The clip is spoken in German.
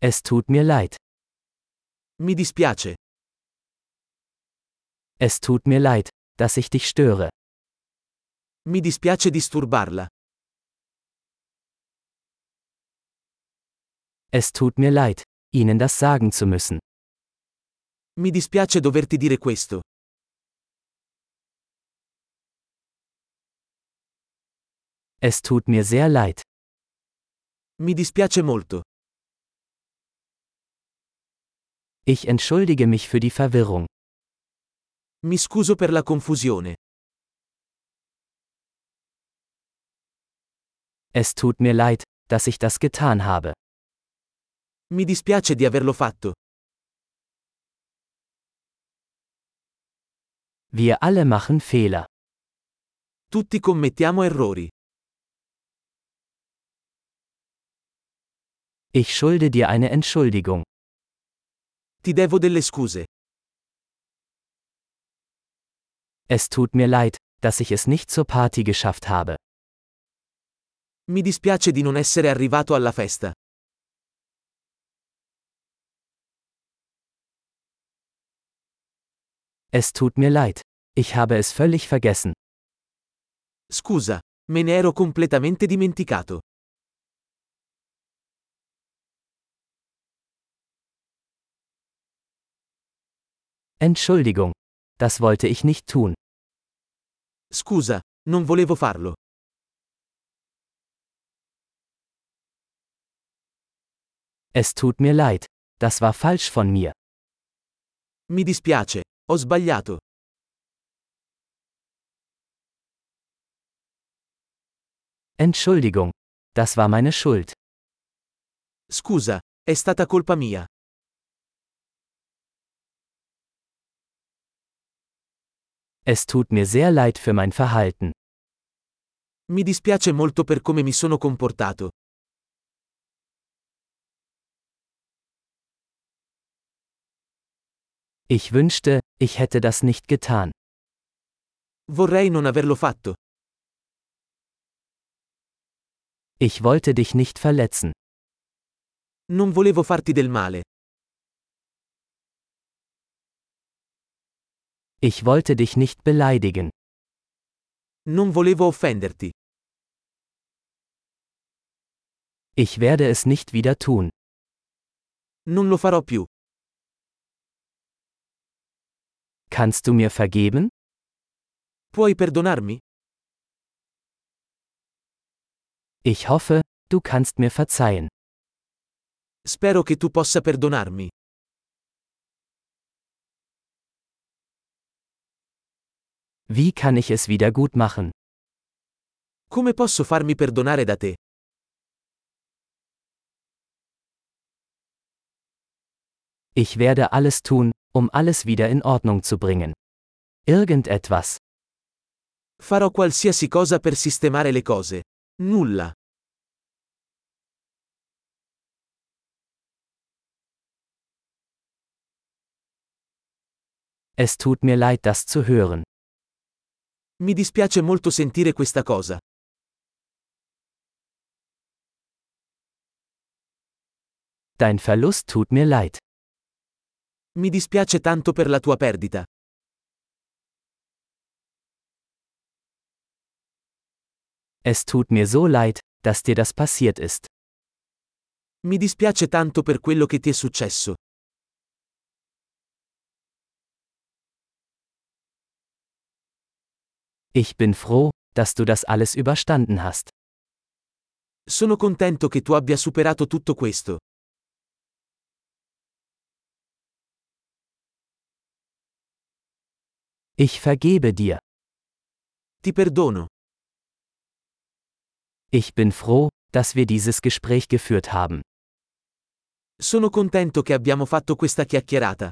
Es tut mir leid. Mi dispiace. Es tut mir leid, dass ich dich störe. Mi dispiace disturbarla. Es tut mir leid, Ihnen das sagen zu müssen. Mi dispiace doverti dire questo. Es tut mir sehr leid. Mi dispiace molto. Ich entschuldige mich für die Verwirrung. Mi scuso per la confusione. Es tut mir leid, dass ich das getan habe. Mi dispiace di averlo fatto. Wir alle machen Fehler. Tutti commettiamo errori. Ich schulde dir eine Entschuldigung. Ti devo delle scuse. Es tut mir leid, dass ich es nicht zur Party geschafft habe. Mi dispiace di non essere arrivato alla festa. Es tut mir leid. Ich habe es völlig vergessen. Scusa, me ne ero completamente dimenticato. Entschuldigung. Das wollte ich nicht tun. Scusa, non volevo farlo. Es tut mir leid. Das war falsch von mir. Mi dispiace, ho sbagliato. Entschuldigung. Das war meine Schuld. Scusa, è stata colpa mia. Es tut mir sehr leid für mein Verhalten. Mi dispiace molto per come mi sono comportato. Ich wünschte, ich hätte das nicht getan. Vorrei non averlo fatto. Ich wollte dich nicht verletzen. Non volevo farti del male. Ich wollte dich nicht beleidigen. Non volevo offenderti. Ich werde es nicht wieder tun. Non lo farò più. Kannst du mir vergeben? Puoi perdonarmi? Ich hoffe, du kannst mir verzeihen. Spero che tu possa perdonarmi. Wie kann ich es wieder gut machen? Come posso farmi perdonare da te? Ich werde alles tun, um alles wieder in Ordnung zu bringen. Irgendetwas. Farò qualsiasi cosa per sistemare le cose. Nulla. Es tut mir leid, das zu hören. Mi dispiace molto sentire questa cosa. Dein Verlust tut mir leid. Mi dispiace tanto per la tua perdita. Es tut mir so leid, dass dir das passiert ist. Mi dispiace tanto per quello che ti è successo. Ich bin froh, dass du das alles überstanden hast. Sono contento che tu abbia superato tutto questo. Ich vergebe dir. Ti perdono. Ich bin froh, dass wir dieses Gespräch geführt haben. Sono contento che abbiamo fatto questa chiacchierata.